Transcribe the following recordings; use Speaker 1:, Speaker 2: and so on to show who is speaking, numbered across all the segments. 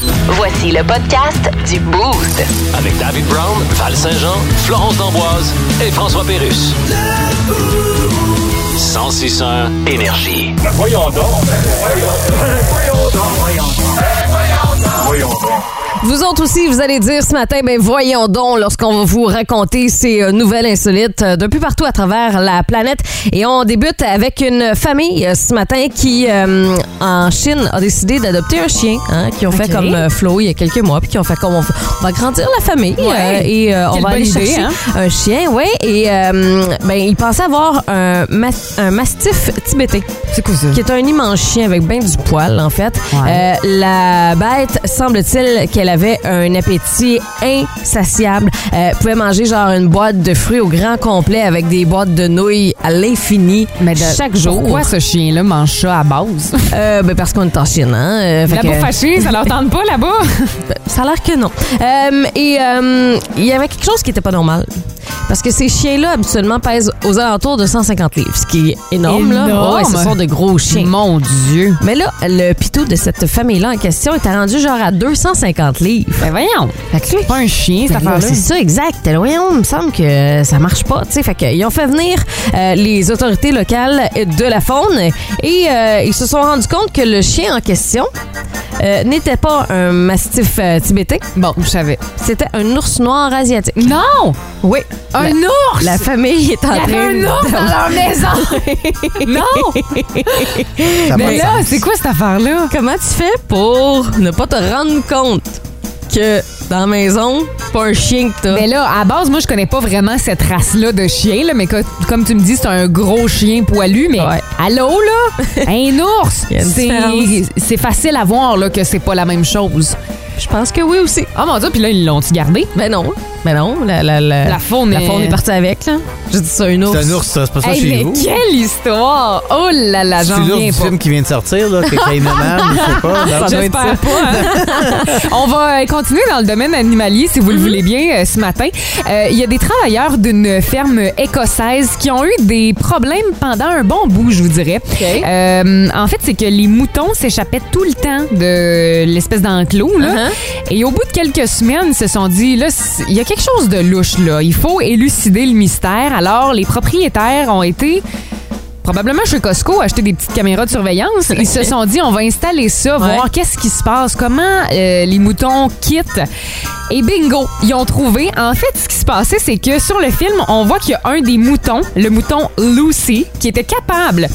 Speaker 1: Voici le podcast du Boost.
Speaker 2: Avec David Brown, Val Saint-Jean, Florence D'Amboise et François Pérus. 106 énergie.
Speaker 3: Voyons donc. Voyons donc. Voyons donc. Voyons donc.
Speaker 4: Vous autres aussi, vous allez dire ce matin, ben voyons donc lorsqu'on va vous raconter ces euh, nouvelles insolites euh, d'un peu partout à travers la planète. Et on débute avec une famille euh, ce matin qui, euh, en Chine, a décidé d'adopter un chien, hein, qui ont fait
Speaker 5: Ok.
Speaker 4: comme euh, Flo il y a quelques mois, puis qui ont fait comme on, on va grandir la famille euh, et euh, on
Speaker 5: Quelle
Speaker 4: va aller
Speaker 5: bonne idée,
Speaker 4: chercher
Speaker 5: hein?
Speaker 4: un chien, ouais. Et euh, ben ils pensaient avoir un, mas- un mastif tibétain
Speaker 5: C'est quoi ça?
Speaker 4: qui est un immense chien avec bien du poil, en fait.
Speaker 5: Ouais.
Speaker 4: Euh, la bête, semble-t-il qu'elle avait un appétit insatiable. Euh, Elle pouvait manger genre une boîte de fruits au grand complet avec des boîtes de nouilles à l'infini
Speaker 5: Mais de-
Speaker 4: chaque jour.
Speaker 5: Pourquoi ce chien-là mange ça à base?
Speaker 4: Euh, ben parce qu'on est en Chine, hein? Euh, fait
Speaker 5: La
Speaker 4: que-
Speaker 5: bouffe à chien, ça leur tente pas là-bas?
Speaker 4: Ça a l'air que non. Euh, et euh, il y avait quelque chose qui n'était pas normal. Parce que ces chiens-là, habituellement, pèsent aux alentours de 150 livres, ce qui est énorme. Là.
Speaker 5: Énorme.
Speaker 4: Ouais, ce sont de gros chiens.
Speaker 5: Mon Dieu!
Speaker 4: Mais là, le pitou de cette famille-là en question était rendu genre à 250 livres.
Speaker 5: Ben voyons!
Speaker 4: Fait que lui,
Speaker 5: C'est pas un chien, cette
Speaker 4: ben là,
Speaker 5: affaire-là.
Speaker 4: c'est ça, exact. Là, Voyons, il me semble que ça marche pas. tu sais. Fait que, ils ont fait venir euh, les autorités locales de la faune et euh, ils se sont rendus compte que le chien en question euh, n'était pas un mastif euh, tibétain,
Speaker 5: Bon, je savais.
Speaker 4: c'était un ours noir asiatique.
Speaker 5: Non!
Speaker 4: Oui,
Speaker 5: Un
Speaker 4: La-
Speaker 5: ours!
Speaker 4: la famille est en
Speaker 5: Il y
Speaker 4: train
Speaker 5: avait un ours dans
Speaker 4: de...
Speaker 5: leur maison! non!
Speaker 6: Ça
Speaker 5: Mais
Speaker 6: va-
Speaker 5: là, c'est quoi cette affaire-là?
Speaker 4: Comment tu fais pour ne pas te rendre compte que dans la maison, c'est pas un chien que t'as?
Speaker 5: Mais Ben là, à base, moi, je connais pas vraiment cette race-là de chien, là, mais co- comme tu me dis, c'est un gros chien poilu, mais
Speaker 4: Ouais.
Speaker 5: allô, là? Un ours!
Speaker 4: Il y a une
Speaker 5: C'est-
Speaker 4: différence.
Speaker 5: C'est facile à voir là, que c'est pas la même chose.
Speaker 4: Je pense que oui aussi.
Speaker 5: Oh mon Dieu, puis là, ils l'ont-tu gardé?
Speaker 4: Ben non, ben non, la, la, la,
Speaker 5: La faune
Speaker 4: la
Speaker 5: est-
Speaker 4: faune est partie avec, là. Je dis ça, une ours.
Speaker 6: C'est un ours, ça. C'est pas ça
Speaker 5: Hey,
Speaker 6: chez
Speaker 5: mais
Speaker 6: vous.
Speaker 5: quelle histoire! Oh là là,
Speaker 6: C'est
Speaker 5: j'en
Speaker 6: l'ours
Speaker 5: viens
Speaker 6: du
Speaker 5: pas.
Speaker 6: film qui vient de sortir, là, que Caïman, je sais pas. non?
Speaker 4: doit être
Speaker 5: Ah, J'espère pas. hein. On va euh, continuer dans le domaine animalier, si vous le voulez bien, euh, ce matin. Euh, Il y a des travailleurs d'une ferme écossaise qui ont eu des problèmes pendant un bon bout, je vous dirais. Euh, en fait, c'est que les moutons s'échappaient tout le temps de l'espèce d'enclos. là. Et au bout de quelques semaines, ils se sont dit, là, c- il y a quelque chose de louche, là. Il faut élucider le mystère. Alors, les propriétaires ont été probablement chez Costco, acheter des petites caméras de surveillance. Ils se sont dit, on va installer ça,
Speaker 4: Ouais.
Speaker 5: voir qu'est-ce qui se passe, comment euh, les moutons quittent. Et bingo, ils ont trouvé. En fait, ce qui se passait, c'est que sur le film, on voit qu'il y a un des moutons, le mouton Lucy, qui était capable,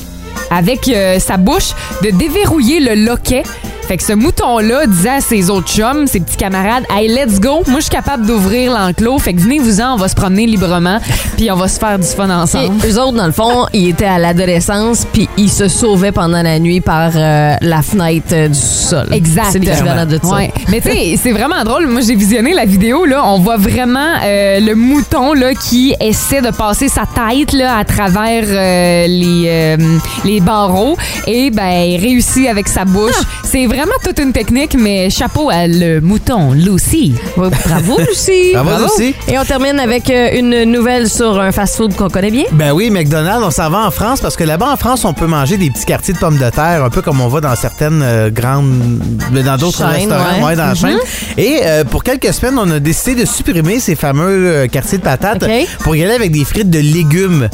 Speaker 5: avec euh, sa bouche, de déverrouiller le loquet. Fait que ce mouton-là disait à ses autres chums, ses petits camarades, Hey, let's go, moi je suis capable d'ouvrir l'enclos, fait que venez-vous-en, on va se promener librement, puis on va se faire du fun
Speaker 4: Puis,
Speaker 5: ensemble.
Speaker 4: eux autres, dans le fond, ils étaient à l'adolescence, puis ils se sauvaient pendant la nuit par euh, la fenêtre euh, du sol.
Speaker 5: Exact.
Speaker 4: C'est l'équivalent de ça.
Speaker 5: Ouais. Mais tu sais, c'est vraiment drôle. Moi, j'ai visionné la vidéo. Là, on voit vraiment euh, le mouton là qui essaie de passer sa tête là à travers euh, les euh, les barreaux et ben il réussit avec sa bouche.
Speaker 4: Ah!
Speaker 5: C'est vraiment toute une technique, mais chapeau à le mouton Lucy.
Speaker 4: Ouais, Bravo, Lucie.
Speaker 6: Bravo, Lucie.
Speaker 4: Et on termine avec euh, une nouvelle sur un fast-food qu'on connaît bien.
Speaker 6: Ben oui, McDonald's, on s'en va en France parce que là-bas en France, on peut manger des petits quartiers de pommes de terre, un peu comme on va dans certaines euh, grandes. dans d'autres
Speaker 4: Chaînes,
Speaker 6: restaurants,
Speaker 4: ouais. Mm-hmm.
Speaker 6: ouais, dans la chaîne. Et euh, pour quelques semaines, on a décidé de supprimer ces fameux euh, quartiers de patates
Speaker 4: Ok.
Speaker 6: pour y aller avec des frites de légumes.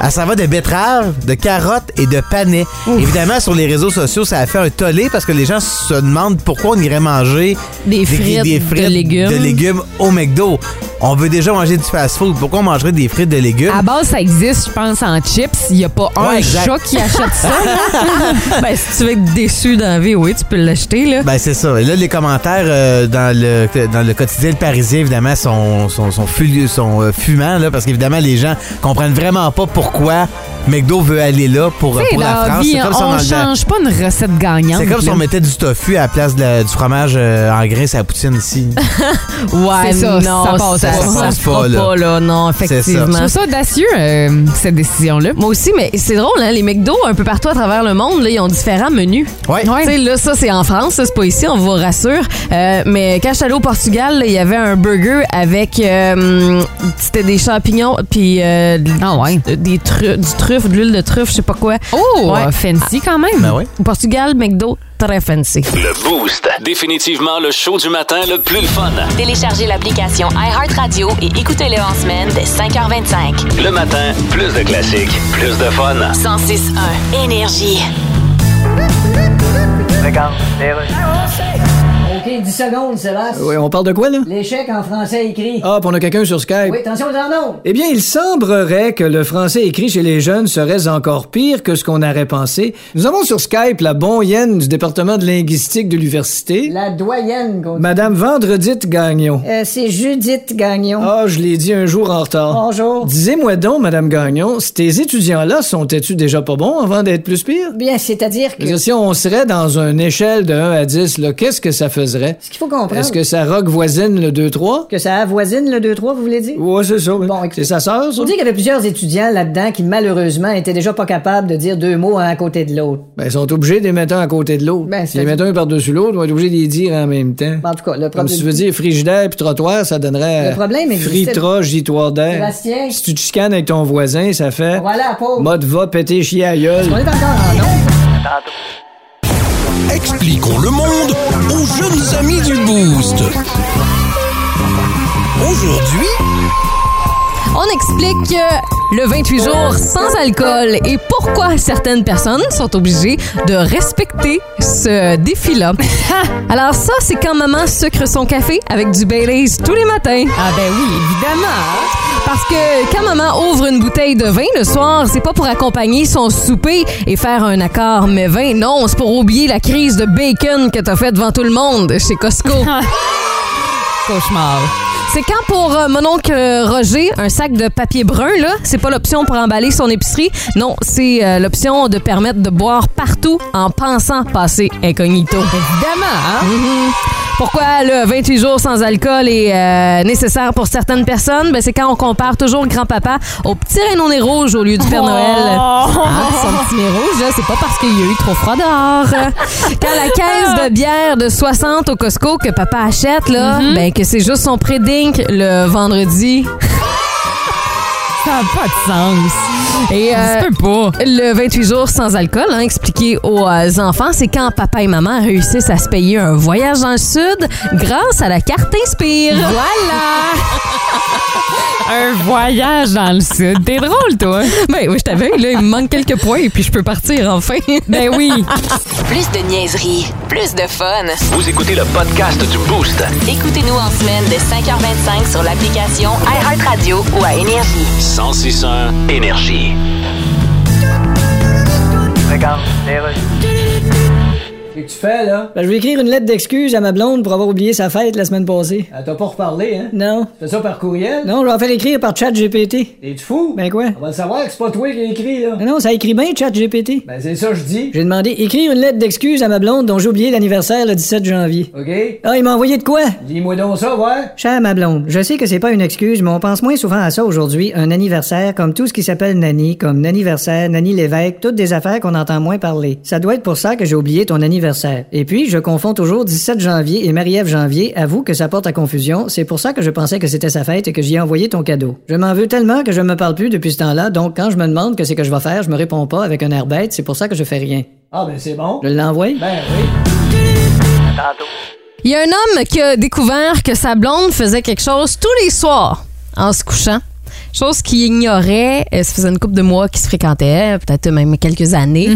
Speaker 6: À ça va de betteraves, de carottes et de panais. Évidemment, sur les réseaux sociaux, ça a fait un tollé parce que les gens se demandent pourquoi on irait manger
Speaker 4: Des frites de légumes.
Speaker 6: de légumes au McDo. On veut déjà manger du fast-food. Pourquoi on mangerait des frites de légumes?
Speaker 5: À base, ça existe, je pense, en chips. Il n'y a pas un
Speaker 6: Ouais, exact.
Speaker 5: chat qui achète ça.
Speaker 4: ben, si tu veux être déçu dans la vie, oui, tu peux l'acheter, là.
Speaker 6: Ben c'est ça. Et là, les commentaires euh, dans le dans le quotidien Le Parisien, évidemment, sont, sont, sont, fulu- sont, euh, fumants, là, parce qu'évidemment, les gens comprennent vraiment pas pourquoi McDo veut aller là pour,
Speaker 5: Tu sais,
Speaker 6: pour la
Speaker 5: la
Speaker 6: France.
Speaker 5: vie,
Speaker 6: C'est comme, si on
Speaker 5: on
Speaker 6: enlevait-
Speaker 5: change pas une recette gagnante.
Speaker 6: c'est comme si
Speaker 5: là.
Speaker 6: on mettait du tofu à la place de la- du fromage euh, en graisse à la poutine ici.
Speaker 4: Ouais,
Speaker 5: C'est ça,
Speaker 4: non,
Speaker 5: ça passe
Speaker 4: ça,
Speaker 5: pas.
Speaker 4: ça,
Speaker 6: Ça passe
Speaker 4: se fera
Speaker 6: pas, là.
Speaker 4: pas, là. Non,
Speaker 5: Je
Speaker 4: effectivement.
Speaker 5: trouve ça audacieux, euh, cette décision-là.
Speaker 4: Moi aussi, mais c'est drôle, hein, les McDo, un peu partout à travers le monde, là, ils ont différents menus.
Speaker 6: Ouais.
Speaker 4: Tu sais, là, ça, c'est en France, ça, c'est pas ici, on vous rassure. Euh, mais quand je suis allée au Portugal, là, il y avait un burger avec. euh, C'était des champignons, puis euh,
Speaker 5: Ah ouais.
Speaker 4: des tru- du truffe, de l'huile de truffe, je sais pas quoi.
Speaker 5: Oh,
Speaker 4: Ouais.
Speaker 5: fancy quand même.
Speaker 6: Ben ouais.
Speaker 4: Au Portugal, McDo, très fancy.
Speaker 2: Le Boost. Définitivement le show du matin le plus le fun.
Speaker 1: Téléchargez l'application iHeartRadio et écoutez-le en semaine dès 5h25.
Speaker 2: Le matin, plus de classiques, plus de fun.
Speaker 1: 106.1 Énergie.
Speaker 7: OK, 10 secondes, Sébastien.
Speaker 8: Oui, on parle de quoi, là?
Speaker 7: L'échec en français écrit.
Speaker 8: Ah, puis on a quelqu'un sur Skype.
Speaker 7: Oui, attention aux arnaud.
Speaker 8: Eh bien, il semblerait que le français écrit chez les jeunes serait encore pire que ce qu'on aurait pensé. Nous avons sur Skype la bonne du département de linguistique de l'université,
Speaker 7: La doyenne, qu'on dit.
Speaker 8: Madame Vendredite Gagnon.
Speaker 7: Euh, c'est Judith Gagnon.
Speaker 8: Ah, je l'ai dit un jour en retard.
Speaker 7: Bonjour.
Speaker 8: Disez-moi donc, Madame Gagnon, ces étudiants-là sont-ils déjà pas bons avant d'être plus pires?
Speaker 7: Bien, c'est-à-dire
Speaker 8: Je
Speaker 7: que
Speaker 8: veux dire, Si on serait dans une échelle de 1 à 10, là, qu'est-ce que ça ferait?
Speaker 7: ce qu'il faut comprendre,
Speaker 8: Est-ce
Speaker 7: que...
Speaker 8: que ça rock voisine le 2-3?
Speaker 7: ça avoisine le 2-3, vous voulez dire?
Speaker 8: Ouais, c'est ça. oui.
Speaker 7: Bon, écoutez.
Speaker 8: c'est sa sœur, ça?
Speaker 7: On dit qu'il y avait plusieurs étudiants là-dedans qui, malheureusement, étaient déjà pas capables de dire deux mots un à côté de l'autre.
Speaker 8: Ben, ils sont obligés de les mettre un à côté de l'autre.
Speaker 7: Ben,
Speaker 8: S'ils les
Speaker 7: c'est-
Speaker 8: mettent un par-dessus l'autre, on va être obligé de les dire en même temps.
Speaker 7: En tout cas, le
Speaker 8: Comme
Speaker 7: problème...
Speaker 8: si tu veux dire frigidaire puis trottoir, ça donnerait.
Speaker 7: Le problème existait-
Speaker 8: Fritra, gitoire d'air.
Speaker 7: Sébastien?
Speaker 8: Si tu te chicanes avec ton voisin, ça fait.
Speaker 7: Voilà, pauvre.
Speaker 8: Mode va péter chier à gueule.
Speaker 7: On est encore en onde.
Speaker 9: Expliquons le monde aux jeunes amis du Boost. Aujourd'hui,
Speaker 4: On explique euh, le 28 jours sans alcool et pourquoi certaines personnes sont obligées de respecter ce défi-là. Alors ça, c'est quand maman sucre son café avec du Baileys tous les matins.
Speaker 5: Ah ben oui, évidemment.
Speaker 4: Parce que quand maman ouvre une bouteille de vin le soir, c'est pas pour accompagner son souper et faire un accord mais vin. Non, c'est pour oublier la crise de bacon que t'as fait devant tout le monde chez Costco.
Speaker 5: Cauchemar.
Speaker 4: C'est quand pour euh, mon oncle euh, Roger, un sac de papier brun, là, c'est pas l'option pour emballer son épicerie. Non, c'est euh, l'option de permettre de boire partout en pensant passer incognito.
Speaker 5: Évidemment, hein?
Speaker 4: Pourquoi le 28 jours sans alcool est euh, nécessaire pour certaines personnes? Ben, c'est quand on compare toujours grand-papa au petit Reino Nez Rouge au lieu du Père Noël.
Speaker 5: Oh.
Speaker 4: Ah, son petit nez rouge, là, c'est pas parce qu'il y a eu trop froid dehors. Quand la caisse de bière de 60 au Costco que papa achète, là,
Speaker 7: Mm-hmm.
Speaker 4: ben que c'est juste son pré-dink le vendredi.
Speaker 5: Ça n'a pas de sens.
Speaker 4: Et euh,
Speaker 5: Ça se peut pas.
Speaker 4: le 28 jours sans alcool, hein, expliqué aux euh, enfants, c'est quand papa et maman réussissent à se payer un voyage dans le sud grâce à la carte Inspire.
Speaker 5: Voilà! Un voyage dans le sud. T'es drôle, toi.
Speaker 4: Ben oui, je t'avais, là, il me manque quelques points et puis je peux partir enfin.
Speaker 5: Ben oui.
Speaker 1: Plus de niaiserie, plus de fun.
Speaker 2: Vous écoutez le podcast du Boost.
Speaker 1: Écoutez-nous en semaine de 5h25 sur l'application iHeartRadio ou à Énergie.
Speaker 2: 1061 Énergie.
Speaker 8: Qu'est-ce que tu fais, là?
Speaker 7: Ben, je vais écrire une lettre d'excuse à ma blonde pour avoir oublié sa fête la semaine passée.
Speaker 8: Elle t'a pas reparlé, hein?
Speaker 7: Non.
Speaker 8: Fais ça par courriel?
Speaker 7: Non, je vais en faire écrire par chat GPT.
Speaker 8: T'es-tu fou?
Speaker 7: Ben quoi?
Speaker 8: On va le savoir que c'est pas toi qui l'as écrit, là.
Speaker 7: Non, non, ça écrit bien, chat GPT.
Speaker 8: Ben, c'est ça, que je dis.
Speaker 7: J'ai demandé écrire une lettre d'excuse à ma blonde dont j'ai oublié l'anniversaire le 17 janvier.
Speaker 8: OK?
Speaker 7: Ah, il m'a envoyé de quoi?
Speaker 8: Lis-moi donc ça, ouais?
Speaker 7: Chère ma blonde, je sais que c'est pas une excuse, mais on pense moins souvent à ça aujourd'hui, un anniversaire, comme tout ce qui s'appelle Nani, comme Naniversaire, Nani l'évêque, toutes des affaires qu'on entend moins parler. Ça doit être pour ça que j'ai oublié ton anniversaire. Et puis, je confonds toujours 17 janvier et Marie-Ève janvier, avoue que ça porte à confusion, c'est pour ça que je pensais que c'était sa fête et que j'y ai envoyé ton cadeau. Je m'en veux tellement que je me parle plus depuis ce temps-là, Hein, donc quand je me demande que c'est que je vais faire, je me réponds pas avec un air bête, c'est pour ça que je fais rien.
Speaker 8: Ah, ben, c'est bon.
Speaker 7: Je l'envoie?
Speaker 8: Ben, oui.
Speaker 4: Il y a un homme qui a découvert que sa blonde faisait quelque chose tous les soirs en se couchant. Chose qu'il ignorait. Euh, Ça faisait une couple de mois qu'ils se fréquentaient, peut-être même quelques années.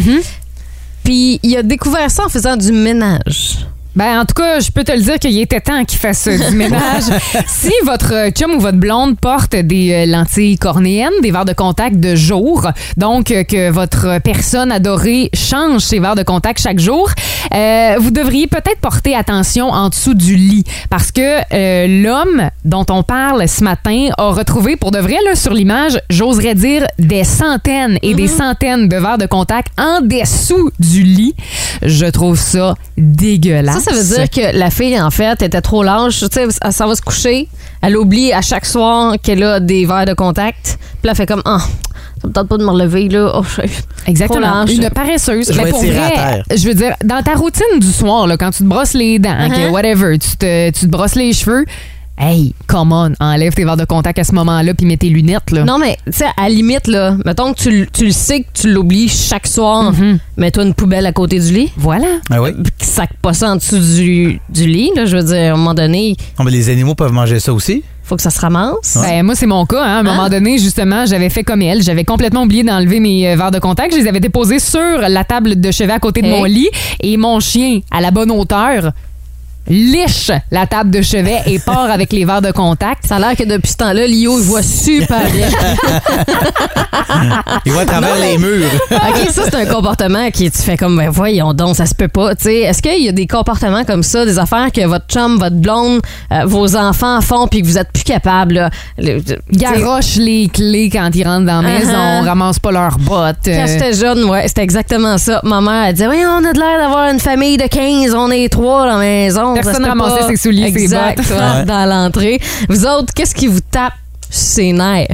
Speaker 4: Puis il a découvert ça en faisant du ménage.
Speaker 5: Ben, en tout cas, je peux te le dire qu'il était temps qu'il fasse euh, du ménage. si votre euh, chum ou votre blonde porte des euh, lentilles cornéennes, des verres de contact de jour, donc euh, que votre euh, personne adorée change ses verres de contact chaque jour, euh, vous devriez peut-être porter attention en dessous du lit parce que euh, l'homme dont on parle ce matin a retrouvé pour de vrai là, sur l'image, j'oserais dire des centaines et des centaines de verres de contact en dessous du lit. Je trouve ça dégueulasse.
Speaker 4: Ça, ça veut dire que la fille, en fait, était trop lâche. Tu sais, elle s'en va se coucher. Elle oublie à chaque soir qu'elle a des verres de contact. Puis là, elle fait comme Ah, ça me tente pas de me relever, là. Oh, je-
Speaker 5: Exactement.
Speaker 4: Trop lâche.
Speaker 5: Une paresseuse.
Speaker 6: Je
Speaker 5: Mais
Speaker 6: vais
Speaker 5: pour
Speaker 6: tirer à
Speaker 5: vrai,
Speaker 6: terre.
Speaker 5: je veux dire, dans ta routine du soir, là, quand tu te brosses les dents,
Speaker 4: Uh-huh.
Speaker 5: que whatever, tu te, tu te brosses les cheveux, Hey, come on, enlève tes verres de contact à ce moment-là puis mets tes lunettes, là.
Speaker 4: Non, mais, tu sais, à la limite, là, mettons que tu, l- tu le sais que tu l'oublies chaque soir, mets-toi une poubelle à côté du lit.
Speaker 5: Voilà.
Speaker 6: Ah oui?
Speaker 4: Puis Sac pas ça en dessous du, du lit, là. Je veux dire, à un moment donné,
Speaker 6: Ah, ben, les animaux peuvent manger ça aussi.
Speaker 4: faut que ça se ramasse.
Speaker 5: Ben, moi, c'est mon cas. hein. À un
Speaker 4: Ah.
Speaker 5: moment donné, justement, j'avais fait comme elle. J'avais complètement oublié d'enlever mes euh, verres de contact. Je les avais déposés sur la table de chevet à côté de
Speaker 4: Hey.
Speaker 5: mon lit. Et mon chien, à la bonne hauteur, liche la table de chevet et part avec les verres de contact.
Speaker 4: Ça a l'air que depuis ce temps-là, Lio, il voit super bien.
Speaker 6: Ils vont à travers les murs.
Speaker 4: OK, ça, c'est un comportement qui tu fais comme, ben voyons donc, ça se peut pas. Tu sais, Est-ce qu'il y a des comportements comme ça, des affaires que votre chum, votre blonde, euh, vos enfants font puis que vous êtes plus capable? là? Le- tu sais,
Speaker 5: Garoche les clés quand ils rentrent dans la
Speaker 4: Uh-huh.
Speaker 5: maison, ramasse pas leurs bottes.
Speaker 4: Quand
Speaker 5: euh,
Speaker 4: j'étais jeune, ouais, c'était exactement ça. Ma mère, elle disait, oui, on a de l'air d'avoir une famille de 15, on est trois dans la maison.
Speaker 5: Personne
Speaker 4: Ça se peut
Speaker 5: ramassait
Speaker 4: pas.
Speaker 5: ses souliers, ses
Speaker 4: exact,
Speaker 5: bottes.
Speaker 4: ouais,
Speaker 6: Ouais.
Speaker 4: dans l'entrée. Vous autres, qu'est-ce qui vous tape ses nerfs?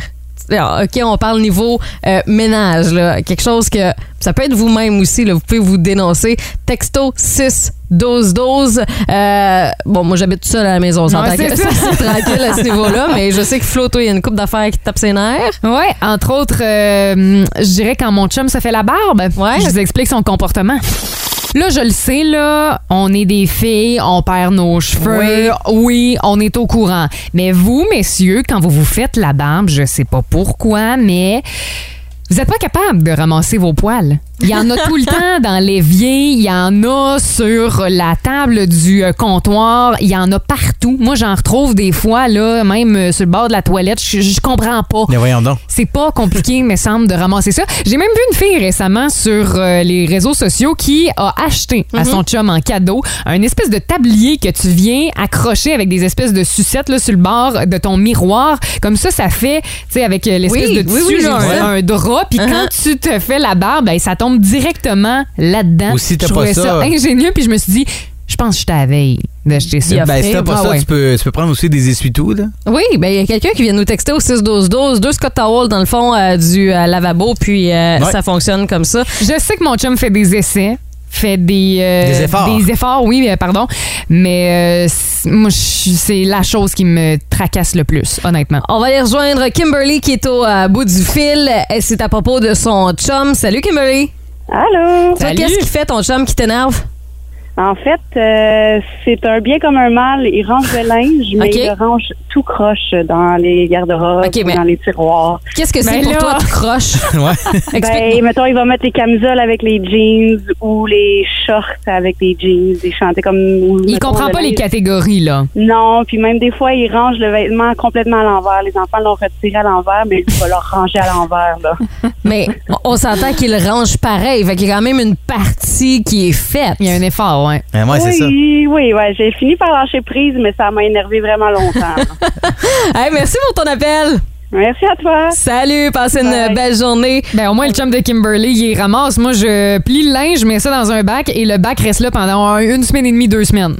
Speaker 4: Alors, OK, on parle niveau euh, ménage, là. quelque chose que ça peut être vous-même aussi, là, vous pouvez vous dénoncer. Texto 6 12 12. Euh, bon, moi j'habite seule à la maison, on s'entend
Speaker 5: Ouais, c'est
Speaker 4: que
Speaker 5: ça.
Speaker 4: c'est tranquille à ce niveau-là, mais je sais que Flo, toi, il y a une coupe d'affaires qui te tape ses nerfs.
Speaker 5: Ouais, entre autres, euh, je dirais quand mon chum se fait la barbe,
Speaker 4: Ouais.
Speaker 5: je vous explique son comportement. Là, je le sais, là, on est des filles, on perd nos cheveux. Oui. on est au courant. Mais vous, messieurs, quand vous vous faites la barbe, je sais pas pourquoi, mais vous n'êtes pas capable de ramasser vos poils. Il y en a tout le temps dans l'évier, il y en a sur la table du euh, comptoir, il y en a partout. Moi, j'en retrouve des fois, là, même euh, sur le bord de la toilette. Je je comprends pas.
Speaker 6: Mais voyons donc.
Speaker 5: C'est pas compliqué, me semble, de ramasser ça. J'ai même vu une fille récemment sur euh, les réseaux sociaux qui a acheté
Speaker 6: Mhm.
Speaker 5: à son chum en cadeau un espèce de tablier que tu viens accrocher avec des espèces de sucettes là, sur le bord de ton miroir. Comme ça, ça fait, tu sais, avec euh, l'espèce
Speaker 4: Oui,
Speaker 5: de
Speaker 4: oui,
Speaker 5: tissu,
Speaker 4: oui,
Speaker 5: là,
Speaker 4: j'ai vu ça.
Speaker 5: un, un drap.
Speaker 6: Uh-huh.
Speaker 5: Puis quand tu te fais la barbe, ben, ça tombe directement là-dedans.
Speaker 6: Ou si t'as
Speaker 5: Je
Speaker 6: pas
Speaker 5: trouvais
Speaker 6: ça-
Speaker 5: ingénieux. Puis je me suis dit, je pense que j'étais à la veille d'acheter ça.
Speaker 6: Ben, si t'as pas
Speaker 5: Ah
Speaker 6: ça,
Speaker 5: ouais.
Speaker 6: tu, peux, tu peux prendre aussi des essuie-tout. là.
Speaker 4: Oui, ben il y a quelqu'un qui vient nous texter au 6-12-12, deux Scott Towel dans le fond euh, du euh, lavabo, puis euh,
Speaker 6: Ouais.
Speaker 4: ça fonctionne comme ça.
Speaker 5: Je sais que mon chum fait des essais, fait des, euh,
Speaker 6: Des efforts.
Speaker 5: des efforts, oui, euh, pardon. Mais euh, c- moi, je- c'est la chose qui me tracasse le plus, honnêtement.
Speaker 4: On va aller rejoindre Kimberly qui est au euh, bout du fil. Et C'est à propos de son chum. Salut Kimberly.
Speaker 10: Allô?
Speaker 4: Toi,
Speaker 5: Salut.
Speaker 4: qu'est-ce qui fait ton chum qui t'énerve?
Speaker 10: En fait, euh, c'est un bien comme un mal. Il range le linge, mais
Speaker 4: Ok.
Speaker 10: il le range tout croche dans les garde-robes,
Speaker 4: Ok,
Speaker 10: ou
Speaker 4: mais-
Speaker 10: dans les tiroirs.
Speaker 4: Qu'est-ce que c'est
Speaker 5: Ben
Speaker 4: pour
Speaker 5: là.
Speaker 4: toi tu croche?
Speaker 6: Ouais.
Speaker 4: Explique-nous.
Speaker 10: Ben, mettons, il va mettre les camisoles avec les jeans ou les shorts avec les jeans. Il chantait comme... ou,
Speaker 5: Il
Speaker 10: mettons,
Speaker 5: comprend
Speaker 10: le
Speaker 5: pas les
Speaker 10: linge-
Speaker 5: catégories, là.
Speaker 10: Non, puis même des fois, il range le vêtement complètement à l'envers. Les enfants l'ont retiré à l'envers, mais lui, il va leur ranger à l'envers, là.
Speaker 4: Mais on- on s'entend qu'il range pareil. Fait qu'il y a quand même une partie qui est faite.
Speaker 5: Il y a un effort, ouais.
Speaker 6: Ben, ouais, c'est ça.
Speaker 10: oui, oui, ouais, j'ai fini par lâcher prise, mais ça m'a énervé vraiment longtemps. là.
Speaker 4: Hey, merci pour ton appel.
Speaker 10: Merci à toi.
Speaker 4: Salut, passez une
Speaker 5: euh,
Speaker 10: Bye.
Speaker 4: belle journée.
Speaker 5: Ben, au moins, le chum de Kimberly, il ramasse. Moi, je plie le linge, je mets ça dans un bac et le bac reste là pendant un- une semaine et demie, deux semaines.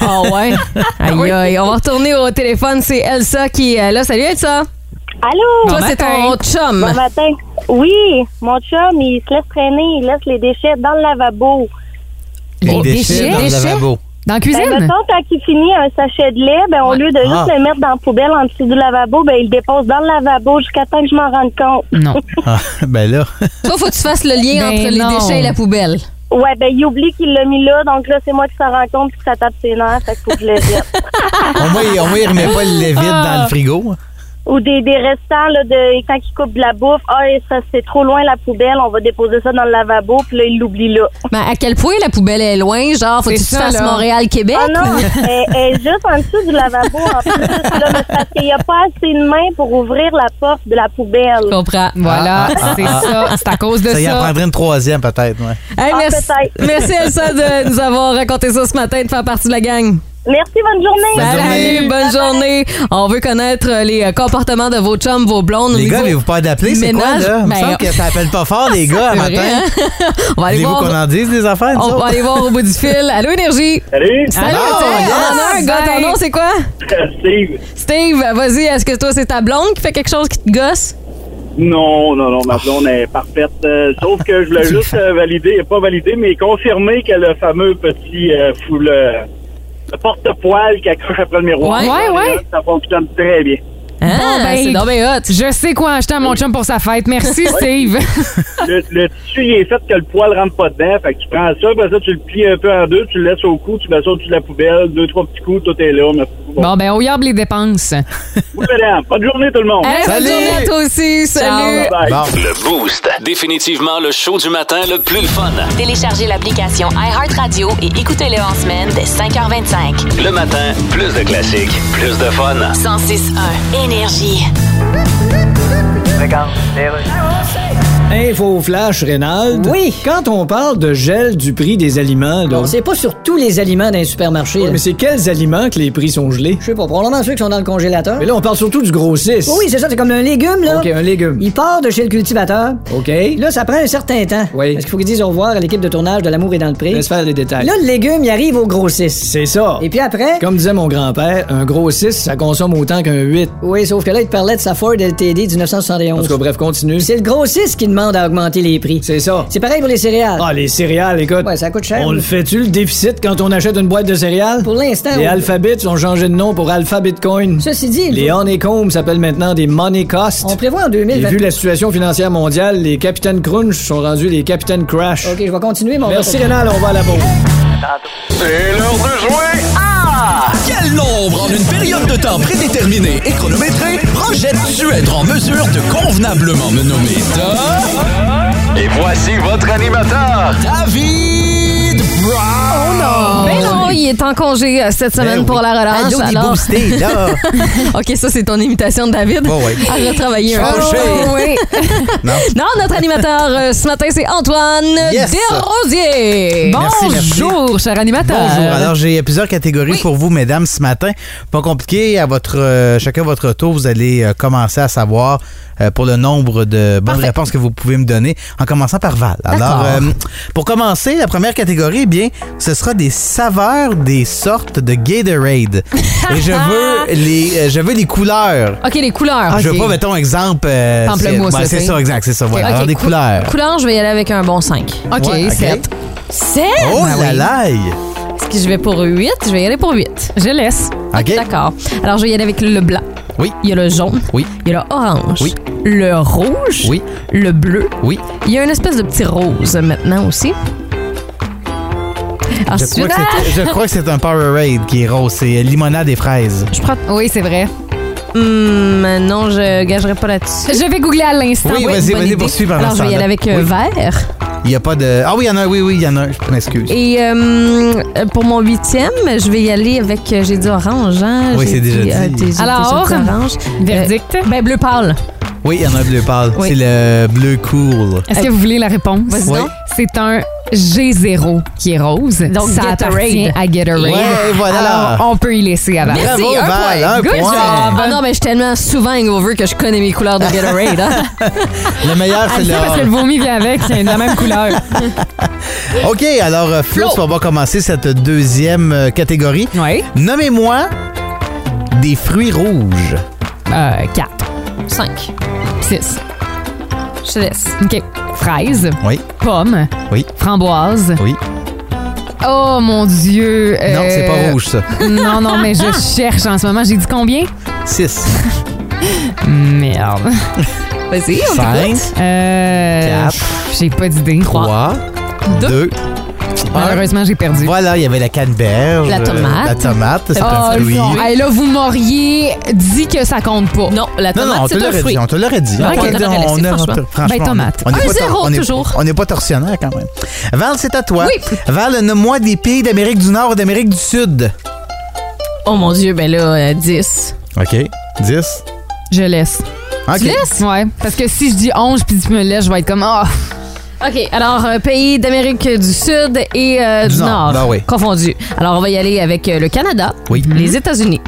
Speaker 4: Ah ouais? Aïe, aïe. On va retourner au téléphone. C'est Elsa qui est euh, là. Salut Elsa.
Speaker 10: Allô?
Speaker 4: Toi, c'est ton chum.
Speaker 11: Bon matin. Oui, mon chum, il se laisse traîner, il laisse les déchets dans le lavabo.
Speaker 6: Des
Speaker 5: Les
Speaker 6: déchets dans le lavabo.
Speaker 5: Dans la
Speaker 11: Ben,
Speaker 5: cuisine?
Speaker 11: mettons, quand il finit un sachet de lait, ben, au lieu de
Speaker 6: Ah.
Speaker 11: juste le mettre dans la poubelle en dessous du lavabo, ben, il le dépose dans le lavabo jusqu'à temps que je m'en rende compte.
Speaker 5: non.
Speaker 6: Ah, ben là.
Speaker 4: Toi, faut que tu fasses le lien
Speaker 5: Ben
Speaker 4: entre les
Speaker 5: non.
Speaker 4: déchets et la poubelle.
Speaker 11: Ouais, ben, il oublie qu'il l'a mis là, donc là, c'est moi qui s'en rends compte puis que ça tape ses nerfs, fait qu'il faut que je le jette.
Speaker 6: Au moins, il- au moins, il remet pas le lait vide
Speaker 4: Ah.
Speaker 6: dans le frigo.
Speaker 11: Ou des, des restants, là, de, quand il coupe de la bouffe, ah, et ça, c'est trop loin la poubelle, on va déposer ça dans le lavabo, puis là, il l'oublie là.
Speaker 4: Mais Ben, à quel point la poubelle est loin? Genre, faut que tu
Speaker 5: C'est ça,
Speaker 4: fasses
Speaker 5: là.
Speaker 4: Montréal-Québec?
Speaker 11: Ah non, elle, elle est juste en dessous du lavabo. En plus, là, mais c'est parce qu'il n'y a pas assez de main pour ouvrir la porte de la poubelle.
Speaker 4: Je comprends.
Speaker 5: Voilà,
Speaker 6: Ah,
Speaker 5: c'est ça. C'est à cause de
Speaker 6: Ça y en
Speaker 5: ça.
Speaker 6: prendrait une troisième, peut-être. Ouais.
Speaker 4: Hey,
Speaker 11: Ah,
Speaker 4: merci,
Speaker 11: peut-être.
Speaker 4: merci Elsa de nous avoir raconté ça ce matin, de faire partie de la gang.
Speaker 11: Merci, bonne journée.
Speaker 6: Bonne
Speaker 4: Salut,
Speaker 6: journée.
Speaker 4: bonne journée. On veut connaître les euh, comportements de vos chums, vos
Speaker 6: Les
Speaker 4: blondes. Au
Speaker 6: gars,
Speaker 4: niveau-
Speaker 6: avez-vous pas d'appeler? C'est quoi,
Speaker 4: ménage,
Speaker 6: là? Il me
Speaker 4: ben,
Speaker 6: semble que ça appelle pas fort, les gars, à
Speaker 4: C'est vrai,
Speaker 6: matin.
Speaker 4: hein? on va aller
Speaker 6: Voulez-vous qu'on
Speaker 4: voir.
Speaker 6: en dise des affaires, nous
Speaker 4: On va
Speaker 6: autres?
Speaker 4: aller voir au bout du fil. Allô, Énergie.
Speaker 3: Salut,
Speaker 4: Salut,
Speaker 6: Ah,
Speaker 4: tiens,
Speaker 6: yes.
Speaker 4: on en a un gars. Ton nom, c'est quoi?
Speaker 3: Steve.
Speaker 4: Steve, vas-y, est-ce que toi, c'est ta blonde qui fait quelque chose qui te gosse?
Speaker 3: Non, non, non,
Speaker 8: Ah.
Speaker 3: ma blonde est parfaite. Euh, sauf que je voulais juste euh, valider, pas valider, mais confirmer que le fameux petit euh, fouleur.
Speaker 12: le porte-poil qui accroche après le miroir.
Speaker 5: Ouais, ouais, ouais.
Speaker 12: Ça fonctionne très bien.
Speaker 4: Ah,
Speaker 5: Bon, ben,
Speaker 12: c'est donc
Speaker 5: Je sais quoi acheter à mon chum pour sa fête. Merci, Steve. Ah.
Speaker 12: le, le tissu, il est fait que le poil rentre pas dedans. Fait que tu prends ça, après ça, tu le plies un peu en deux, tu le laisses au cou, tu mets ça au-dessus de la poubelle, deux, trois petits coups, tout est là. Merci beaucoup.
Speaker 5: Bon, ben, on yarbe les dépenses.
Speaker 12: Oui, madame. Bonne journée, tout le monde.
Speaker 5: Hey, bonne Salut. journée à toi aussi. Salut. Ciao.
Speaker 12: Bye-bye.
Speaker 2: Le Boost. Définitivement le show du matin le plus le fun.
Speaker 1: Téléchargez l'application iHeartRadio et écoutez-le en semaine dès 5h25.
Speaker 2: Le matin, plus de classiques, plus de fun.
Speaker 1: 106.1 Énergie.
Speaker 8: Info flash, Reynald. Oui. Quand on parle de gel du prix des aliments,
Speaker 5: Ah.
Speaker 8: là,
Speaker 7: C'est pas sur tous les aliments d'un supermarché. là.
Speaker 8: mais c'est quels aliments que les prix sont gelés?
Speaker 7: Je sais pas, probablement ceux qui sont dans le congélateur. Oh
Speaker 8: Mais là, on parle surtout du grossiste.
Speaker 5: Oh,
Speaker 7: Oui, c'est ça, c'est comme un légume, là.
Speaker 8: OK, un légume.
Speaker 7: Il part de chez le cultivateur.
Speaker 8: OK.
Speaker 7: Là, ça prend un certain temps.
Speaker 8: Oui. Ben,
Speaker 7: Parce qu'il faut qu'ils disent au revoir à l'équipe de tournage de L'amour et dans le pré.
Speaker 8: Laisse faire les détails.
Speaker 7: Là, le légume, il arrive au grossiste.
Speaker 8: C'est ça.
Speaker 7: Et puis après,
Speaker 8: Comme disait mon grand-père, un gros 6, ça consomme autant qu'un 8.
Speaker 7: oui, sauf que là, il te parlait de sa Ford LTD du
Speaker 8: En
Speaker 7: 1971.
Speaker 8: tout cas, bref, continue.
Speaker 7: C'est le grossiste qui demande à augmenter les prix.
Speaker 8: C'est ça.
Speaker 7: C'est pareil pour les céréales.
Speaker 8: Ah, les céréales, écoute.
Speaker 7: Ouais, ça coûte cher.
Speaker 8: On le fait-tu, le déficit, quand on achète une boîte de céréales?
Speaker 7: Pour l'instant,
Speaker 8: Les
Speaker 7: on-
Speaker 8: Alphabets ont changé de nom pour Alpha Bitcoin.
Speaker 7: Ceci dit, il
Speaker 8: Les
Speaker 7: faut-
Speaker 8: Honeycombs s'appellent maintenant des Money Cost.
Speaker 7: on prévoit en
Speaker 8: Et
Speaker 7: 2020.
Speaker 8: vu la situation financière mondiale, les Capitaines Crunch sont rendus les Capitaines Crash.
Speaker 7: OK, je vais continuer mon
Speaker 8: Merci
Speaker 7: reportage.
Speaker 8: Rénal, on va à la pause.
Speaker 9: C'est l'heure de jouer! Ah! Quel nombre en une période de temps prédéterminée et chronométrée projettes-tu être en mesure de convenablement me nommer Tom? Et voici votre animateur, David Brown!
Speaker 4: Ben non, il est en congé euh, cette semaine pour la relâche.
Speaker 6: Ben Allô, des
Speaker 4: Ah, alors...
Speaker 6: boostés, là.
Speaker 4: OK, ça, c'est ton imitation de David.
Speaker 6: Oh, ouais.
Speaker 4: À retravailler un peu.
Speaker 6: Fâché.
Speaker 4: Oh, oui.
Speaker 6: Non.
Speaker 4: Non, notre animateur euh, ce matin, c'est Antoine
Speaker 6: Yes.
Speaker 4: Desrosiers.
Speaker 6: Merci, merci.
Speaker 5: Bonjour, cher animateur.
Speaker 6: Bonjour.
Speaker 4: Euh,
Speaker 6: Alors, j'ai plusieurs catégories pour vous, mesdames, ce matin. Pas compliqué. À votre, euh, chacun votre tour, vous allez euh, commencer à savoir euh, pour le nombre de bonnes réponses que vous pouvez me donner, en commençant par Val. Alors,
Speaker 4: D'accord.
Speaker 6: euh, pour commencer, la première catégorie, eh bien, ce sera des saveurs des sortes de Gatorade. Et je veux les, euh, je veux les couleurs.
Speaker 4: OK, les couleurs.
Speaker 6: Je
Speaker 4: OK.
Speaker 6: veux pas, mettons, exemple. euh,
Speaker 4: Pamplemousse,
Speaker 6: c'est- ouais,
Speaker 4: là,
Speaker 6: c'est
Speaker 4: t'sais.
Speaker 6: ça, exact, c'est ça. voilà.
Speaker 4: OK,
Speaker 6: Alors, des
Speaker 4: cou-
Speaker 6: couleurs. Ah.
Speaker 4: Couleurs, je vais y aller avec un bon 5.
Speaker 5: OK,
Speaker 6: Ouais, OK.
Speaker 5: 7.
Speaker 4: 7?
Speaker 6: Oh la laille!
Speaker 4: Est-ce que je vais pour 8? Je vais y aller pour 8.
Speaker 5: Je laisse.
Speaker 6: OK.
Speaker 4: D'accord. Alors, je vais y aller avec le blanc.
Speaker 6: Oui.
Speaker 4: Il y a le jaune.
Speaker 6: Oui.
Speaker 4: Il y a le orange.
Speaker 6: Oui.
Speaker 4: Le rouge.
Speaker 6: Oui.
Speaker 4: Le bleu.
Speaker 6: Oui.
Speaker 4: Il y a une espèce de petit rose maintenant aussi.
Speaker 6: Je
Speaker 4: Ensuite,
Speaker 6: crois, que
Speaker 4: ah,
Speaker 6: c'est- je crois que c'est un Powerade qui est rose. C'est euh, limonade et fraises.
Speaker 4: je prends.
Speaker 5: Oui, c'est vrai.
Speaker 4: Hum, non, je gagerai pas là-dessus.
Speaker 5: Je vais googler à l'instant.
Speaker 6: Oui,
Speaker 4: Ouais,
Speaker 6: vas-y,
Speaker 4: bonne
Speaker 6: vas-y,
Speaker 4: idée.
Speaker 6: poursuis par
Speaker 4: Alors, je vais y
Speaker 6: l'instant,
Speaker 4: aller
Speaker 6: là.
Speaker 4: avec euh,
Speaker 6: Oui.
Speaker 4: vert.
Speaker 6: Il n'y a pas de. Ah oui, il y en a un. Oui, oui, il y en a un. Je m'excuse.
Speaker 4: Et euh, pour mon huitième, je vais y aller avec. euh, J'ai dit orange, hein?
Speaker 6: Oui,
Speaker 4: J'ai
Speaker 6: c'est déjà dit.
Speaker 4: euh, j'ai- j'ai
Speaker 5: Alors,
Speaker 4: dit orange.
Speaker 5: Verdict.
Speaker 4: Euh, ben, bleu pâle.
Speaker 6: Oui, il y en a un bleu pâle.
Speaker 4: Oui.
Speaker 6: C'est le bleu cool.
Speaker 5: Est-ce que vous voulez la réponse?
Speaker 4: Vas-y
Speaker 6: Oui.
Speaker 4: donc.
Speaker 5: C'est un G0 qui est rose.
Speaker 4: Donc,
Speaker 5: ça
Speaker 4: Gatorade.
Speaker 5: appartient à Gatorade.
Speaker 6: Ouais, voilà.
Speaker 5: Alors, on peut y laisser avant.
Speaker 6: Bravo, Val, un
Speaker 5: Good
Speaker 6: point.
Speaker 5: job.
Speaker 4: Ah non, mais je suis tellement souvent hangover que je connais mes couleurs de Gatorade. hein.
Speaker 6: Le meilleur, c'est
Speaker 5: Ah, ça, parce que le
Speaker 6: le.
Speaker 5: vomi vient avec, c'est de la même couleur.
Speaker 6: OK, alors, euh, Flo, on va commencer cette deuxième euh, catégorie.
Speaker 5: Oui.
Speaker 6: Nommez-moi des fruits rouges.
Speaker 5: Euh, 4,
Speaker 4: 5.
Speaker 5: 6.
Speaker 4: Je te laisse.
Speaker 5: OK. Fraise,
Speaker 6: Oui,
Speaker 5: pomme,
Speaker 6: oui,
Speaker 5: framboise.
Speaker 6: oui.
Speaker 5: Oh mon Dieu.
Speaker 6: Non,
Speaker 5: euh,
Speaker 6: c'est pas rouge, ça.
Speaker 5: Non, non, mais je cherche en ce moment. J'ai dit combien?
Speaker 6: 6,
Speaker 5: Merde.
Speaker 4: Vas-y, on
Speaker 6: 5,
Speaker 5: Euh,
Speaker 6: Quatre.
Speaker 5: J'ai pas d'idée.
Speaker 6: 3, 2,
Speaker 5: Malheureusement, j'ai perdu.
Speaker 6: Voilà, il y avait la canneberge.
Speaker 4: La
Speaker 6: euh,
Speaker 4: tomate.
Speaker 6: La tomate, c'est
Speaker 5: Oh,
Speaker 6: un fruit.
Speaker 5: non. Hey, là, vous m'auriez dit que ça compte pas.
Speaker 4: Non, la
Speaker 6: Non, non,
Speaker 4: tomate,
Speaker 6: on te
Speaker 4: c'est un
Speaker 6: l'aurait
Speaker 4: fruit.
Speaker 6: dit, on te l'aurait dit.
Speaker 4: Ok,
Speaker 6: on
Speaker 4: on
Speaker 6: est-
Speaker 4: l'aurait laissé,
Speaker 6: est-
Speaker 4: franchement.
Speaker 5: Ben, tomate.
Speaker 6: on est
Speaker 4: Un
Speaker 6: pas
Speaker 4: zéro,
Speaker 6: tor- on est-
Speaker 4: toujours.
Speaker 6: On n'est pas torsionnaire quand même. Val, c'est à toi.
Speaker 4: Oui.
Speaker 6: Val, nomme-moi des pays d'Amérique du Nord et d'Amérique du Sud.
Speaker 4: Oh mon Dieu, ben là, euh, 10.
Speaker 6: OK. 10.
Speaker 5: Je laisse.
Speaker 6: OK.
Speaker 5: Tu laisses? Ouais. Parce que si je dis 11 puis tu me laisses, je vais être comme. Ah,
Speaker 4: OK, alors, euh, pays d'Amérique du Sud et euh,
Speaker 6: Du
Speaker 4: du
Speaker 6: Nord,
Speaker 4: Nord.
Speaker 6: ben oui.
Speaker 4: Confondus. Alors, on va y aller avec euh, le Canada,
Speaker 6: Oui. Mhm.
Speaker 4: les États-Unis,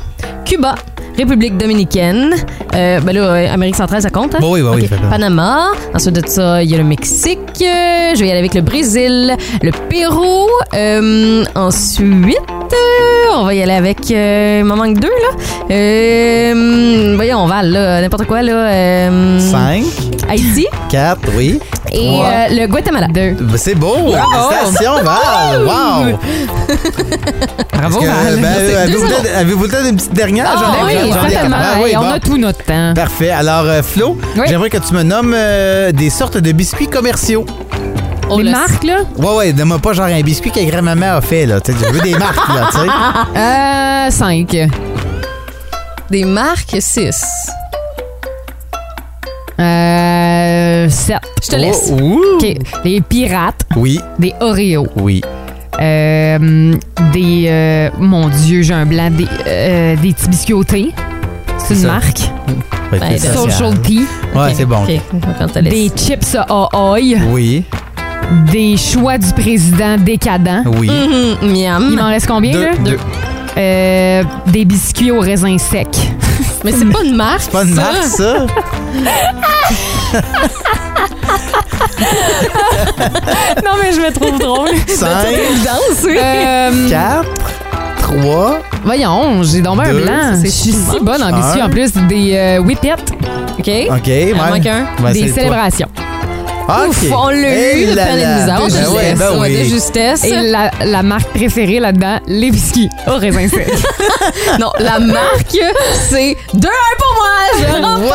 Speaker 4: Cuba, République dominicaine, euh, ben là, euh, Amérique centrale, ça compte, hein?
Speaker 6: Bon, Bah oui, oui, oui,
Speaker 4: Ok.
Speaker 6: ça compte.
Speaker 4: Panama, ensuite de ça, il y a le Mexique, euh, je vais y aller avec le Brésil, le Pérou, euh, ensuite, euh, on va y aller avec, euh, il m'en manque deux, là. Euh, voyons, on va, là, n'importe quoi, là. euh,
Speaker 6: 5,
Speaker 4: Haïti,
Speaker 6: 4, oui.
Speaker 4: et
Speaker 6: Wow.
Speaker 4: euh, le Guatemala.
Speaker 6: Ben, C'est beau!
Speaker 4: Bravo.
Speaker 6: Félicitations, Val! Wow! Bravo,
Speaker 5: Val.
Speaker 6: Avez-vous
Speaker 5: Merci. Deux
Speaker 6: peut-être-
Speaker 5: secondes.
Speaker 6: avez-vous peut-être une petite dernière?
Speaker 5: Ah,
Speaker 6: J'en ai-
Speaker 5: ben oui,
Speaker 6: j'en ai-
Speaker 5: certainement.
Speaker 6: Ah oui,
Speaker 5: Hey, on
Speaker 6: bon.
Speaker 5: a tout notre temps.
Speaker 6: Parfait. Alors, euh, Flo, j'aimerais que tu me nommes euh, des sortes de biscuits commerciaux.
Speaker 5: Les marques, là?
Speaker 6: Ouais, ouais, donne-moi pas genre un biscuit que grand-maman a fait, là. Tu sais, je veux des marques, là, tu sais.
Speaker 5: Euh, 5.
Speaker 4: Des marques, 6.
Speaker 5: Euh, 7. Je
Speaker 4: te laisse.
Speaker 5: OK. Les pirates.
Speaker 6: Oh, Oui.
Speaker 5: Des Oreos.
Speaker 6: Oui.
Speaker 5: Euh, des. euh, mon Dieu, j'ai un blanc. Des, euh, des petits biscuits au thé. C'est une
Speaker 6: Ça.
Speaker 5: marque.
Speaker 6: Ouais, c'est social.
Speaker 5: Ben, Social tea.
Speaker 6: Ouais, c'est bon.
Speaker 5: OK. Des chips à oil.
Speaker 6: Oui.
Speaker 5: Des choix du président décadent.
Speaker 6: Oui.
Speaker 4: Mm.
Speaker 5: miam. Il m'en reste combien,
Speaker 6: Deux.
Speaker 5: là?
Speaker 6: Deux.
Speaker 5: Euh, des biscuits aux raisins secs.
Speaker 4: Mais c'est pas une marque. C'est
Speaker 6: pas une ça. marque, ça.
Speaker 5: non, mais je me trouve drôle.
Speaker 6: Cinq.
Speaker 5: Euh,
Speaker 6: Quatre. Trois.
Speaker 5: Voyons, j'ai donc bien un
Speaker 6: Deux.
Speaker 5: blanc.
Speaker 6: Ça, c'est
Speaker 5: Je suis
Speaker 6: une
Speaker 5: si
Speaker 6: marque.
Speaker 5: bonne en biscuits.
Speaker 6: Un.
Speaker 5: En plus, des euh, whippets.
Speaker 4: OK.
Speaker 6: OK, ouais. Ben, c'est
Speaker 5: des
Speaker 6: toi.
Speaker 5: célébrations.
Speaker 6: Ah, OK.
Speaker 5: on l'a
Speaker 6: Eh
Speaker 5: eu, le
Speaker 6: là
Speaker 5: pain de
Speaker 6: là.
Speaker 5: misère,
Speaker 6: Ben
Speaker 5: de
Speaker 6: ouais,
Speaker 5: justesse,
Speaker 6: ben
Speaker 5: ouais,
Speaker 6: oui.
Speaker 5: de justesse. Et la, la marque préférée là-dedans, les biscuits aux raisins secs.
Speaker 4: non, la marque, c'est 2-1 pour moi. Je remporte.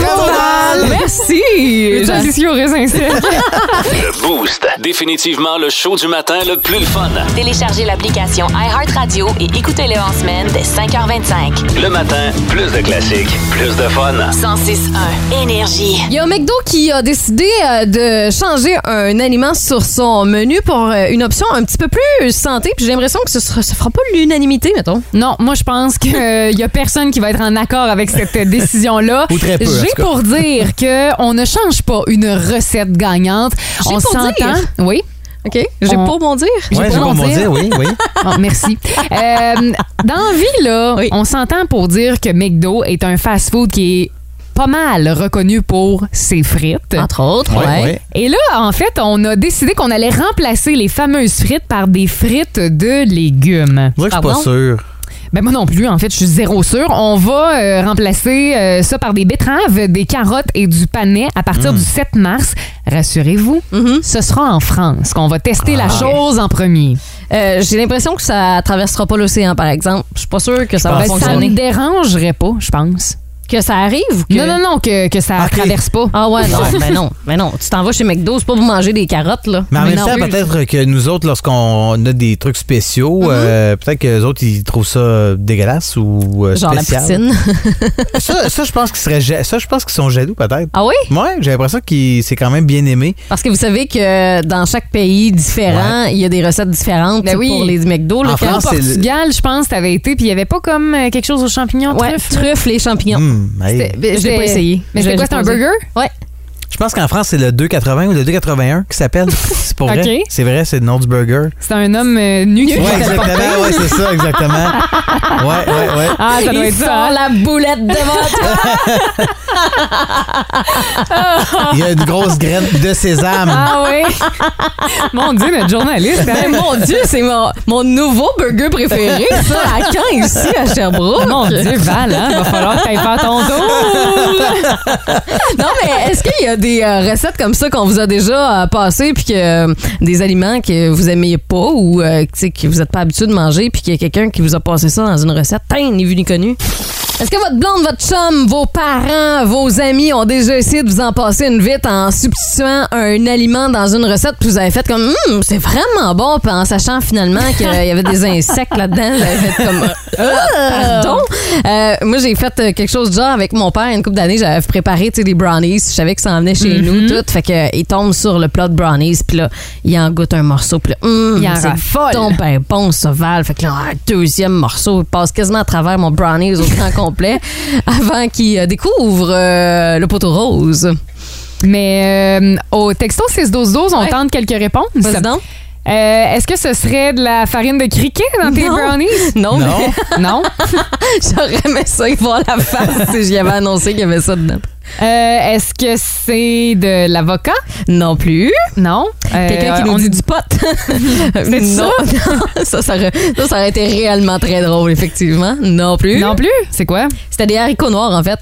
Speaker 5: bravo, Val.
Speaker 4: Merci.
Speaker 5: Les biscuits aux raisins secs.
Speaker 2: Le Boost. Définitivement le show du matin le plus le fun.
Speaker 1: Téléchargez l'application iHeartRadio et écoutez-le en semaine dès 5h25.
Speaker 2: Le matin, plus de classiques, plus de fun.
Speaker 1: 106.1 Énergie.
Speaker 4: Il y a un McDo qui a décidé euh, de changer un aliment sur son menu pour euh, une option un petit peu plus santé. Puis j'ai l'impression que ce ne fera pas l'unanimité, mettons.
Speaker 5: Non, moi je pense qu'il y a personne qui va être en accord avec cette euh, décision-là.
Speaker 4: Ou très peu, en tout
Speaker 5: J'ai
Speaker 4: cas.
Speaker 5: pour dire que on ne change pas une recette gagnante.
Speaker 4: J'ai
Speaker 5: on
Speaker 4: pour
Speaker 5: s'entend.
Speaker 4: dire.
Speaker 5: Oui.
Speaker 4: OK. J'ai
Speaker 5: On-
Speaker 4: pour bon dire.
Speaker 5: J'ai pas
Speaker 6: rebondir, oui, oui.
Speaker 5: Bon, Oh, merci. Euh, dans vie, là, on s'entend pour dire que McDo est un fast-food qui est pas mal reconnu pour ses frites. Entre
Speaker 4: autres,
Speaker 6: Ouais, ouais. ouais.
Speaker 5: Et là, en fait, on a décidé qu'on allait remplacer les fameuses frites par des frites de légumes.
Speaker 6: Je suis pas
Speaker 5: Pardon?
Speaker 6: sûr.
Speaker 5: Ben moi non plus, en fait, je suis zéro sûre. On va euh, remplacer euh, ça par des betteraves, des carottes et du panais à
Speaker 4: Hmm.
Speaker 5: partir du 7 mars. Rassurez-vous, ce sera en France qu'on va tester la
Speaker 4: Ah.
Speaker 5: chose en premier.
Speaker 4: Euh, j'ai l'impression que ça traversera pas l'océan, par exemple. Je suis pas sûre que ça va
Speaker 5: Ben, ça ne
Speaker 4: fonctionner.
Speaker 5: dérangerait pas, je pense.
Speaker 4: Que ça arrive ou que...
Speaker 5: Non, non, non, que, que ça traverse pas.
Speaker 4: Ah ouais, non, ben non, ben non. Tu t'en vas chez McDo, c'est pas pour manger des carottes, là.
Speaker 6: Mais en même
Speaker 4: non.
Speaker 6: temps, peut-être que nous autres, lorsqu'on a des trucs spéciaux, euh, peut-être que les autres, ils trouvent ça dégueulasse ou euh,
Speaker 4: Genre la
Speaker 6: spécial.
Speaker 4: piscine.
Speaker 6: ça, ça, je pense qu'ils seraient ja- ça, je pense qu'ils sont jaloux, peut-être.
Speaker 4: Ah oui?
Speaker 6: Ouais, j'ai l'impression que c'est quand même bien aimé.
Speaker 4: Parce que vous savez que dans chaque pays différent, il y a des recettes différentes tu sais,
Speaker 5: oui.
Speaker 4: pour les McDo. là,
Speaker 5: En
Speaker 4: quand-
Speaker 6: France, c'est le-
Speaker 5: Portugal, je pense, t'avais été, puis il y avait pas comme euh, quelque chose aux champignons,
Speaker 4: Ouais,
Speaker 5: truffes.
Speaker 4: truffes, les champignons.
Speaker 6: Hmm, Hey.
Speaker 4: ben, je l'ai pas essayé.
Speaker 5: Mais
Speaker 4: Je-
Speaker 5: c'est quoi,
Speaker 4: j'ai
Speaker 5: c'est un
Speaker 4: pas osé.
Speaker 5: burger?
Speaker 4: Ouais.
Speaker 6: Je pense qu'en France, c'est le 2,80 ou le 2,81 qui s'appelle. C'est pour vrai.
Speaker 5: Ok.
Speaker 6: C'est vrai, c'est le nom du burger.
Speaker 5: C'est un homme euh, nu qui
Speaker 6: Ouais,
Speaker 5: porte le portrait.
Speaker 6: exactement. Ouais, c'est ça, exactement. Ouais, ouais, ouais.
Speaker 5: Ah, ça doit
Speaker 4: Ils
Speaker 5: être
Speaker 4: sont
Speaker 5: ça. hein?
Speaker 4: la boulette devant toi.
Speaker 6: Il y a une grosse graine de sésame.
Speaker 5: Ah oui. Mon Dieu, notre journaliste. hein?
Speaker 4: Ben, mon Dieu, c'est mon, mon nouveau burger préféré, ça. À quand ici, à Sherbrooke?
Speaker 5: Ah, Mon Dieu, Val, hein? va falloir que t'ailles faire ton tour.
Speaker 4: Non, mais est-ce qu'il y a des euh, recettes comme ça qu'on vous a déjà euh, passées, puis que euh, des aliments que vous aimiez pas ou euh, tu sais, que vous n'êtes pas habitué de manger, puis qu'il y a quelqu'un qui vous a passé ça dans une recette, Tain, ni vu ni connu? Est-ce que votre blonde, votre chum, vos parents, vos amis ont déjà essayé de vous en passer une vite en substituant un aliment dans une recette, puis vous avez fait comme, Hum, c'est vraiment bon, puis en sachant finalement qu'il y avait des insectes là-dedans, vous avez fait comme, Ah, pardon? Euh, moi, j'ai fait euh, quelque chose de genre avec mon père. Une couple d'années, j'avais préparé tu sais, des brownies. Je savais que ça en venait chez nous,
Speaker 5: Mm-hmm.
Speaker 4: tout. Fait que, euh, il tombe sur le plat de brownies, puis là, il en goûte un morceau. Puis là, hum,
Speaker 5: Il en raffole.
Speaker 4: c'est donc ben bon, ça, Val. Fait que là, un deuxième morceau, il passe quasiment à travers mon brownies au grand complet avant qu'il euh, découvre euh, le poteau rose.
Speaker 5: Mais euh, au texto 61212, on tente quelques réponses. Euh, Est-ce que ce serait de la farine de criquet dans tes
Speaker 4: Non.
Speaker 5: brownies?
Speaker 4: Non,
Speaker 6: Non.
Speaker 4: mais
Speaker 5: Non.
Speaker 4: j'aurais aimé ça y voir la face si j'y avais annoncé qu'il y avait ça dedans.
Speaker 5: Euh, Est-ce que c'est de l'avocat?
Speaker 4: Non plus.
Speaker 5: Non. Euh,
Speaker 4: Quelqu'un qui nous
Speaker 5: on
Speaker 4: dit
Speaker 5: est-
Speaker 4: du pot.
Speaker 5: C'est
Speaker 4: non, non, ça, ça, aurait, ça, ça aurait été réellement très drôle, effectivement. Non plus.
Speaker 5: Non plus? C'est quoi?
Speaker 4: C'était des haricots noirs, en fait.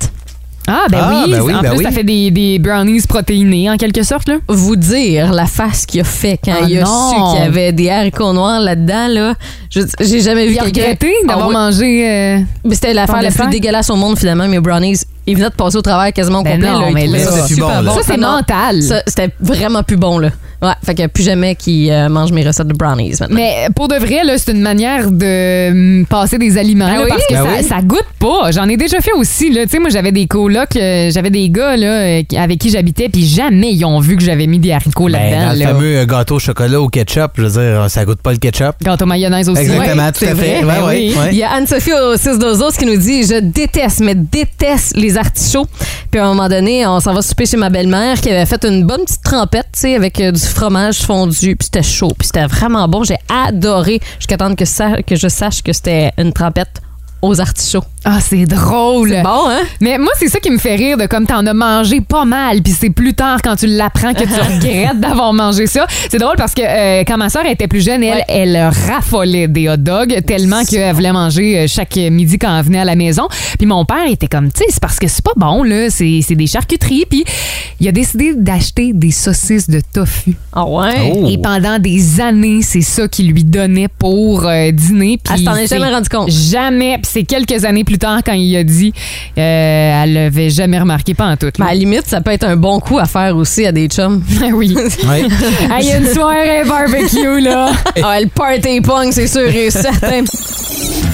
Speaker 5: Ah, ben
Speaker 4: Ah,
Speaker 5: oui.
Speaker 4: ben oui,
Speaker 5: en
Speaker 4: ben
Speaker 5: plus,
Speaker 4: oui.
Speaker 5: ça fait des, des brownies protéinés, en quelque sorte. Là.
Speaker 4: Vous dire la face qu'il a fait quand
Speaker 5: Ah
Speaker 4: il a
Speaker 5: non.
Speaker 4: su qu'il y avait des haricots noirs là-dedans, là. Je- J'ai jamais vu
Speaker 5: Il a
Speaker 4: quelqu'un-
Speaker 5: regretté d'avoir
Speaker 4: Ah oui.
Speaker 5: mangé. euh,
Speaker 4: Mais C'était l'affaire
Speaker 5: ton
Speaker 4: la plus
Speaker 5: dessert?
Speaker 4: dégueulasse au monde, finalement, mes brownies. Ils venaient de passer au travers quasiment au
Speaker 5: Ben
Speaker 4: complet.
Speaker 5: non,
Speaker 4: là. Ils
Speaker 5: mais
Speaker 4: trouvaient
Speaker 5: là,
Speaker 4: ça,
Speaker 5: c'est
Speaker 4: super
Speaker 5: super Ah, bon. Ça, c'est
Speaker 4: Vraiment,
Speaker 5: mental.
Speaker 4: ça, C'était vraiment plus bon, là. Ouais, fait que plus jamais qu'ils euh, mangent mes recettes de brownies maintenant.
Speaker 5: Mais pour de vrai, là, c'est une manière de hum, passer des aliments
Speaker 4: Ah
Speaker 5: là,
Speaker 4: oui?
Speaker 5: parce que
Speaker 4: Ah
Speaker 5: ça,
Speaker 4: oui?
Speaker 5: ça goûte pas. J'en ai déjà fait aussi. Là. Tu sais, Moi, j'avais des colocs, euh, j'avais des gars là, euh, qui- avec qui j'habitais, puis jamais ils ont vu que j'avais mis des haricots
Speaker 6: Ben,
Speaker 5: là-dedans.
Speaker 6: dans le
Speaker 5: là.
Speaker 6: fameux euh, gâteau au chocolat au ketchup, je veux dire, ça goûte pas le ketchup.
Speaker 5: Gâteau mayonnaise aussi.
Speaker 6: Exactement,
Speaker 5: Ouais,
Speaker 6: tout à fait.
Speaker 5: c'est
Speaker 6: Ouais,
Speaker 5: vrai, ben
Speaker 6: ouais,
Speaker 5: oui.
Speaker 6: ouais.
Speaker 4: Il y a Anne-Sophie au 6 autres qui nous dit Je déteste, mais déteste les artichauts. Puis à un moment donné, on s'en va souper chez ma belle-mère qui avait fait une bonne petite trempette, tu sais, avec euh, du fromage fondu. Puis c'était chaud. Puis c'était vraiment bon. J'ai adoré jusqu'à attendre que, ça- que je sache que c'était une trempette aux artichauts.
Speaker 5: Ah, c'est drôle.
Speaker 4: C'est bon, hein?
Speaker 5: Mais moi, c'est ça qui me fait rire de comme t'en as mangé pas mal, puis c'est plus tard quand tu l'apprends que tu regrettes d'avoir mangé ça. C'est drôle parce que euh, quand ma soeur était plus jeune, elle, elle raffolait des hot dogs tellement qu'elle voulait manger euh, chaque midi quand elle venait à la maison. Puis mon père était comme, tu sais, c'est parce que c'est pas bon, là, c'est c'est des charcuteries. Puis il a décidé d'acheter des saucisses de tofu.
Speaker 4: Ah ouais?
Speaker 6: Oh.
Speaker 5: Et pendant des années, c'est ça qu'il lui donnait pour euh, dîner.
Speaker 4: Ah,
Speaker 5: puis
Speaker 4: t'en es
Speaker 5: c'est-
Speaker 4: jamais rendu compte?
Speaker 5: Jamais. Puis c'est quelques années plus tard quand il a dit, euh, elle l'avait jamais remarqué, pas en tout.
Speaker 4: Mais à la limite, ça peut être un bon coup à faire aussi à des chums.
Speaker 5: oui.
Speaker 6: Ouais.
Speaker 5: Il y a une soirée barbecue, là.
Speaker 4: ah, le party punk, c'est sûr et certain.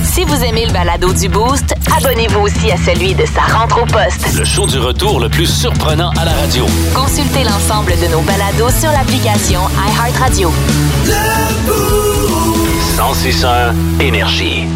Speaker 1: Si vous aimez le balado du Boost, abonnez-vous aussi à celui de sa rentre au poste.
Speaker 2: Le show du retour le plus surprenant à la radio.
Speaker 1: Consultez l'ensemble de nos balados sur l'application iHeartRadio.
Speaker 2: 106 énergie.